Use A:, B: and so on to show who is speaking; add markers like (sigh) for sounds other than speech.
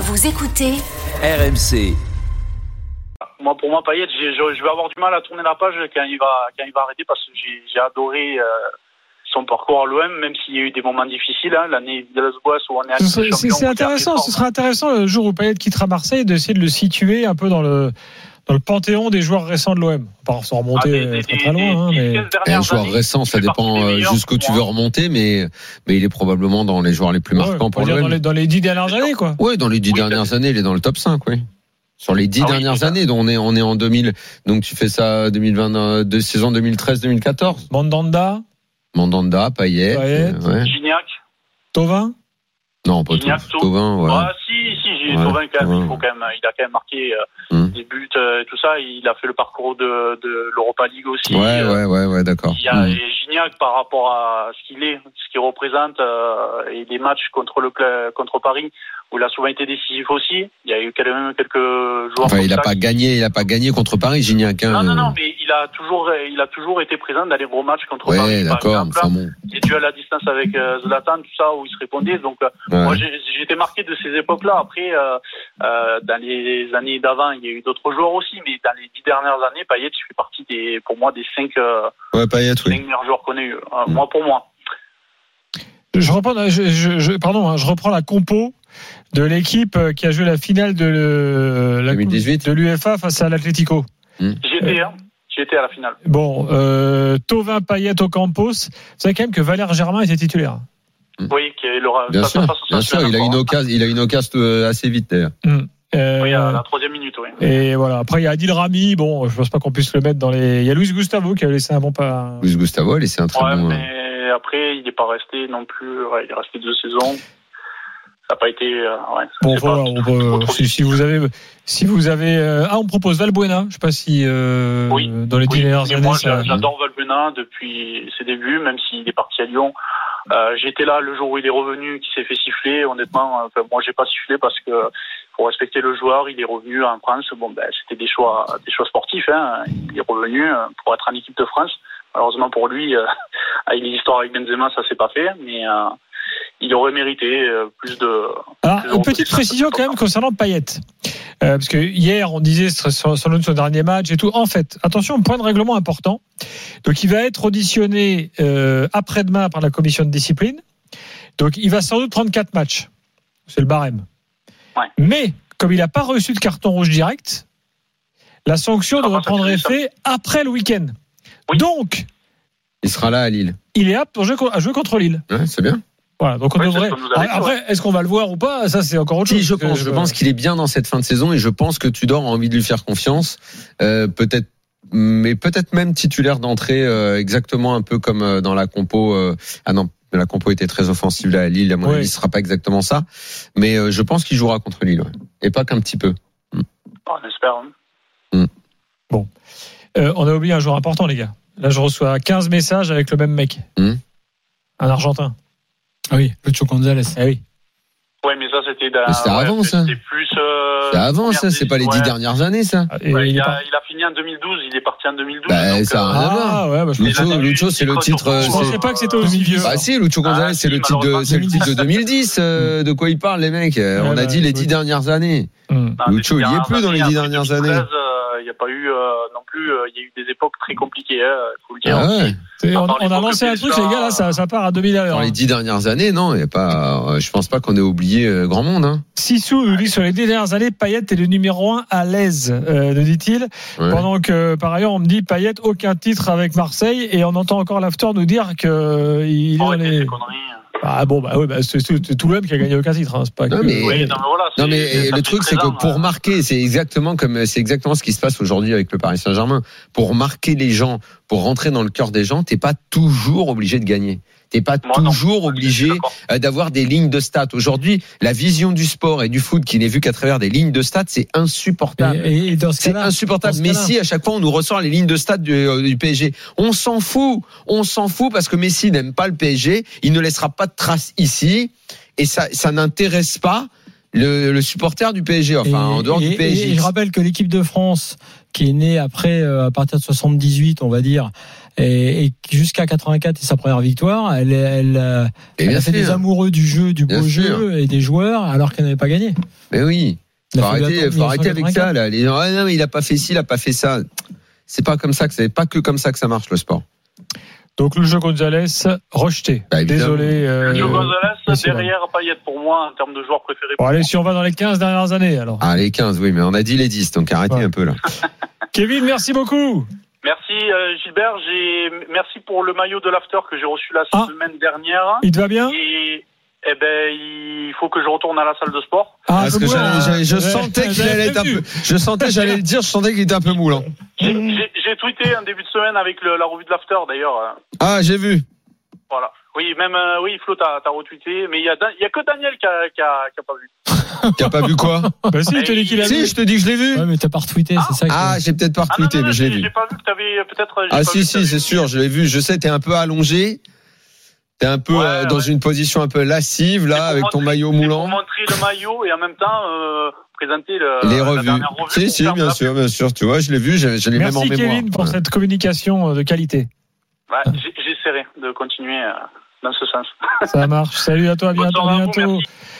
A: Vous écoutez
B: RMC.
C: Moi, pour moi, Payet, j'ai- je, je vais avoir du mal à tourner la page quand il va, quand il va arrêter parce que j'ai j'ai adoré euh, son parcours à l'OM, même s'il y a eu des moments difficiles. hein, L'année de Las Boas où on est allé
D: Ce serait- C'est c'est intéressant, ce sera intéressant le jour où Payet quittera Marseille d'essayer de le situer un peu dans le dans le panthéon des joueurs récents de l'OM. Pas sans
E: Ah,
D: remonter très très loin, hein, mais
E: Et un joueur récent, ça dépend euh, jusqu'où tu veux remonter, mais, mais il est probablement dans les joueurs les plus
D: Ouais,
E: marquants
D: on peut
E: pour
D: dire dans les,
E: l'OM.
D: dans les dix dernières années, quoi.
E: Oui, dans les dix
C: Oui,
E: dernières années, il est dans le top 5, oui. Sur les dix
C: Ah oui,
E: dernières
C: c'est ça.
E: années, dont on est, on est en 2000, donc tu fais ça 2020, euh, de saison 2013-2014.
D: Mandanda,
E: Mandanda, Payet,
D: Payet.
E: euh, ouais.
C: Gignac.
D: Tovin.
E: non, pas tout.
C: Gignac, Tau-
E: Thauvin, ouais.
C: Ah, si, si, j'ai
E: Ouais,
C: Thauvin, quand même,
E: ouais.
C: il, faut quand même, il a quand même marqué euh,
E: Hum.
C: des buts euh, et tout ça. Il a fait le parcours de, de l'Europa League aussi.
E: Ouais,
C: Euh,
E: ouais, ouais, ouais, d'accord.
C: Il y a
E: Mm.
C: et Gignac par rapport à ce qu'il est, ce qu'il représente euh, et les matchs contre le cla- contre Paris où il a souvent été décisif aussi. Il y a eu quand même quelques joueurs.
E: Enfin,
C: comme
E: il a
C: ça
E: pas
C: qui-
E: gagné, il a pas gagné contre Paris, Gignac. hein.
C: Non, non, non, mais il a toujours, il a toujours été présent dans les gros matchs contre
E: Ouais,
C: Paris. par
E: d'accord.
C: exemple.
E: Enfin bon.
C: Les duels à distance avec euh, Zlatan, tout ça, où il se répondait. Donc, euh,
E: ouais.
C: moi, j'ai- j'étais marqué de ces époques-là. Après, euh, euh, dans les années d'avant, il y a eu d'autres joueurs aussi, mais dans les dix dernières années, Payet fait partie des, pour moi, des cinq, euh,
E: Ouais, Payet,
C: cinq
E: oui.
C: meilleurs joueurs qu'on a eu. Euh,
E: Mm.
C: Moi, pour moi.
D: Je reprends, je, je- je- pardon, hein, je reprends la compo de l'équipe euh, qui a joué la finale de euh, la coupe
E: 2018.
D: de l'UFA face à l'Atlético.
C: J'étais,
E: Euh,
C: hein. J'étais à la finale.
D: Bon, euh, Tovin, Payet, Ocampos. Vous savez quand même que Valère Germain était titulaire.
C: Oui, qui est le-
E: Bien
C: ça- ça
E: sûr,
C: passe au
E: bien sûr,
C: stade
E: il a une
C: encore,
E: occasion, il a une occasion euh, assez vite d'ailleurs.
C: hein.
D: Euh,
C: Oui, à la troisième minute, oui.
D: Et voilà. Après, il y a Adil Rami. Bon, je pense pas qu'on puisse le mettre dans les. Il y a Luis Gustavo qui a laissé un bon pas.
E: Luis Gustavo, et c'est un très
C: Ouais,
E: bon. euh,
C: mais après, il n'est pas resté non plus. Ouais, il est resté deux saisons. Ça n'a pas été. euh, ouais,
D: Bon,
C: c'est
D: voilà,
C: pas-
D: on peut-
C: trop- trop-
D: si, si vous avez, si vous avez, euh, ah, on propose Valbuena. Je sais pas si euh,
C: Oui.
D: dans les
C: Oui,
D: dix dernières
C: mais
D: années.
C: moi,
D: ça-
C: j'a- j'adore Valbuena depuis ses débuts, même s'il est parti à Lyon. Euh, J'étais là le jour où il est revenu, qui s'est fait siffler. Honnêtement, euh, enfin, moi, j'ai pas sifflé parce que pour respecter le joueur, il est revenu en France. Bon, ben, c'était des choix, des choix sportifs. Hein. Il est revenu euh, pour être en équipe de France. Malheureusement pour lui, euh, (laughs) avec les histoires avec Benzema, ça s'est pas fait, mais euh, il aurait mérité euh, plus de.
D: Alors,
C: Toujours
D: une petite
C: plus
D: précision quand même concernant Payet. Euh, parce que hier, on disait ce serait sans sans doute son dernier match et tout. En fait, attention, point de règlement important. Donc, il va être auditionné euh, après-demain par la commission de discipline. Donc, il va sans doute prendre quatre matchs. C'est le barème.
C: Ouais.
D: Mais, comme il n'a pas reçu de carton rouge direct, la sanction
C: Comment
D: devrait
C: Ah, ça,
D: prendre
C: tu dis ça
D: effet après le week-end.
C: Oui.
D: Donc,
E: euh, Il sera là à Lille.
D: il est apte pour jouer co- à jouer contre Lille.
E: Ouais, c'est bien.
D: Voilà. Donc, on
C: Oui, c'est
D: devrait. Ah,
C: ce que vous avez dit,
D: Après, est-ce qu'on va le voir ou pas Ça, c'est encore autre chose.
E: Si, je pense, je pense qu'il est bien dans cette fin de saison et je pense que Tudor a envie de lui faire confiance. Euh, peut-être, mais peut-être même titulaire d'entrée, euh, exactement un peu comme euh, dans la compo. euh, ah non, la compo était très offensive là à Lille. À mon
D: Oui.
E: avis, ce sera pas exactement ça. Mais euh, je pense qu'il jouera contre Lille ouais. et pas qu'un petit peu.
C: On espère. hein.
D: Euh, on a oublié un joueur important, les gars. Là, je reçois 15 messages avec le même mec.
E: Hmm.
D: Un Argentin.
F: Ah oui, Lucho Gonzalez.
D: Eh oui.
C: Ouais, mais ça, c'était. dans-
E: Mais c'était
C: ouais,
E: avant, ça.
C: C'était plus. euh,
E: C'est avant ça, hein, c'est pas les dix
C: ouais.
E: dernières années ça.
D: Ah, Et
C: Ouais,
D: il
C: il,
D: est
C: a,
D: pas-
C: il a fini en 2012, il est parti en 2012.
E: Bah,
C: donc,
E: ça a
C: euh,
E: rien à voir.
D: Ah, ouais, bah, je...
E: Lucho,
C: Mais là, t'as
E: Lucho,
C: vu,
E: c'est le
C: Nico
E: titre,
C: Turco,
E: euh,
D: je
C: euh,
E: c'est-
D: pensais pas que c'était aussi vieux.
E: Bah si, Lucho Gonzalez,
C: Ah,
E: c'est le
C: si,
E: titre de,
C: malheureusement,
E: c'est le titre de 2010.
C: (laughs)
E: euh, de quoi ils parlent les mecs Euh,
D: Ouais,
E: On
D: bah,
E: a dit les
D: oui.
E: dix dernières années.
D: Hmm.
C: dans les
E: Bah, Lucho, il y est
C: dernières
E: plus dans les
C: années,
E: dix
C: après
E: dernières
C: 2013,
E: années.
C: euh, Il n'y a pas eu euh, non plus, euh, il y a eu des époques très compliquées, hein, il faut le dire.
E: Ah ouais.
D: C'est- On,
C: part les
D: on a
C: banques
D: lancé un
C: de
D: truc,
C: ça.
D: les gars, là, ça, ça part à 2000 à l'heure.
E: Dans les dix dernières années, non, il y a pas. euh, Je pense pas qu'on ait oublié euh, grand monde. Hein.
D: Sissou nous dit sur les dix dernières années, Payet est le numéro 1 à l'aise, euh, nous dit-il.
E: Ouais.
D: Pendant que, euh, par ailleurs, on me dit Payet, aucun titre avec Marseille. Et on entend encore l'after nous dire qu'il est dans
C: Arrêtez
D: les.
C: ces conneries. hein.
D: Ah bon, bah oui, bah, c'est c'est- c'est tout le même qui a gagné aucun titre. hein, c'est pas
E: Non,
D: que-
C: Oui,
E: mais-
C: non, mais voilà,
E: Non
C: c'est-
E: mais
C: c'est-
E: et
C: ça
E: le
C: fait
E: truc c'est
C: 13 ans,
E: que pour
C: hein.
E: marquer, c'est exactement comme c'est exactement ce qui se passe aujourd'hui avec le Paris Saint-Germain. Pour marquer les gens, pour rentrer dans le cœur des gens, t'es pas toujours obligé de gagner. T'es pas
C: Moi, non.
E: toujours obligé
C: D'accord.
E: euh, d'avoir des lignes de stats. Aujourd'hui, la vision du sport et du foot qui n'est vue qu'à travers des lignes de stats, c'est insupportable.
F: Et, et- et dans ce
E: C'est
F: cas-là,
E: insupportable.
F: dans ce cas-là.
E: Messi, à chaque fois, on nous ressort les lignes de stade du, euh, du PSG. On s'en fout. On s'en fout parce que Messi n'aime pas le PSG. Il ne laissera pas de traces ici. Et ça, ça n'intéresse pas le, le supporter du PSG, enfin
F: Et-
E: en dehors
F: et-
E: du PSG.
F: et je rappelle que l'équipe de France, qui est née après, euh, à partir de 78, on va dire, et, et jusqu'à 84 et sa première victoire, elle, est- elle, euh,
E: Et
F: elle
E: bien
F: a fait
E: sûr.
F: des amoureux du jeu, du
E: Bien
F: beau
E: sûr.
F: jeu et des joueurs, alors qu'elle n'avait pas gagné.
E: Mais oui.
F: Il
E: Faut
F: a fallu
E: arrêter,
F: attendre
E: faut arrêter avec
F: 1984.
E: ça là. Les gens, ah non, mais il a pas fait ci, il a pas fait ça. C'est pas comme ça que c'est pas que comme ça que ça marche le sport.
D: Donc le jeu Gonzalez rejeté.
E: Bah, évidemment.
D: Désolé. euh,
C: Sergio Gonzalez,
D: c'est vrai.
C: derrière Payet pour moi, en termes de joueur préféré.
D: Bon, allez, si on va dans les 15 dernières années, alors.
E: Ah les 15 oui, mais on a dit les 10 donc arrêtez
D: Ouais.
E: un peu là.
D: Kevin, merci beaucoup.
C: Merci euh, Gilbert, j'ai merci pour le maillot de l'after que j'ai reçu la
D: Ah.
C: semaine dernière.
D: Il te va
E: Hein
D: bien
C: Et eh ben, il faut que je retourne à la salle de sport.
D: Ah,
E: Parce
D: un peu
E: que
D: moins,
E: j'allais-
D: hein.
E: j'allais- je
D: Ouais,
E: sentais qu'il
D: j'avais
E: allait être un
D: prévenu.
E: peu je sentais j'allais le dire, je sentais qu'il était un peu hein. moulant.
C: J'ai-
E: Eh.
C: J'ai j'ai tweeté un début de semaine avec le- la revue de l'after d'ailleurs. euh,
E: Ah, j'ai vu.
C: Voilà. Oui, même euh, oui, Flo, t'as t'as retweeté, mais il y a, Dan- il y a que Daniel qui a, qui a- qui a pas vu.
E: T'as pas vu
D: (laughs)
E: quoi
D: Bah si, il te dit qu'il a
E: Si,
D: vu.
E: je te dis que je l'ai vu.
F: Ouais, mais t'as pas retweeté, c'est ça. que-
E: Ah, j'ai peut-être pas
C: Ah non, non,
E: retweeté
C: non,
E: mais je l'ai vu.
C: j'ai pas vu que t'avais euh, peut-être. j'ai
E: Ah
C: pas vu
E: si
C: que
E: si,
C: t'avais-
E: c'est sûr, je l'ai vu. Je sais, t'es un peu allongé. T'es un peu
C: Ouais,
E: euh, dans
C: ouais.
E: une position un peu lascive
C: C'est
E: là,
C: pour
E: avec ton
C: montrer-
E: maillot
C: c'est
E: moulant.
C: Pour montrer le maillot et en même temps euh, présenter le,
E: les
C: la
E: revues.
C: dernière revue
E: Si,
C: pour
E: si,
C: faire
E: bien
C: la-
E: sûr, bien sûr. Tu vois, je l'ai vu, je, je l'ai même en
D: Merci
E: mémoire.
D: Kevin pour
E: Ouais.
D: cette communication euh, de qualité.
C: Ouais, j'ai- J'essaierai de continuer euh, dans ce sens.
D: Ça marche. Salut à toi, à
C: Bonne
D: bientôt.
C: soirée à
D: à
C: vous,
D: bientôt.
C: merci.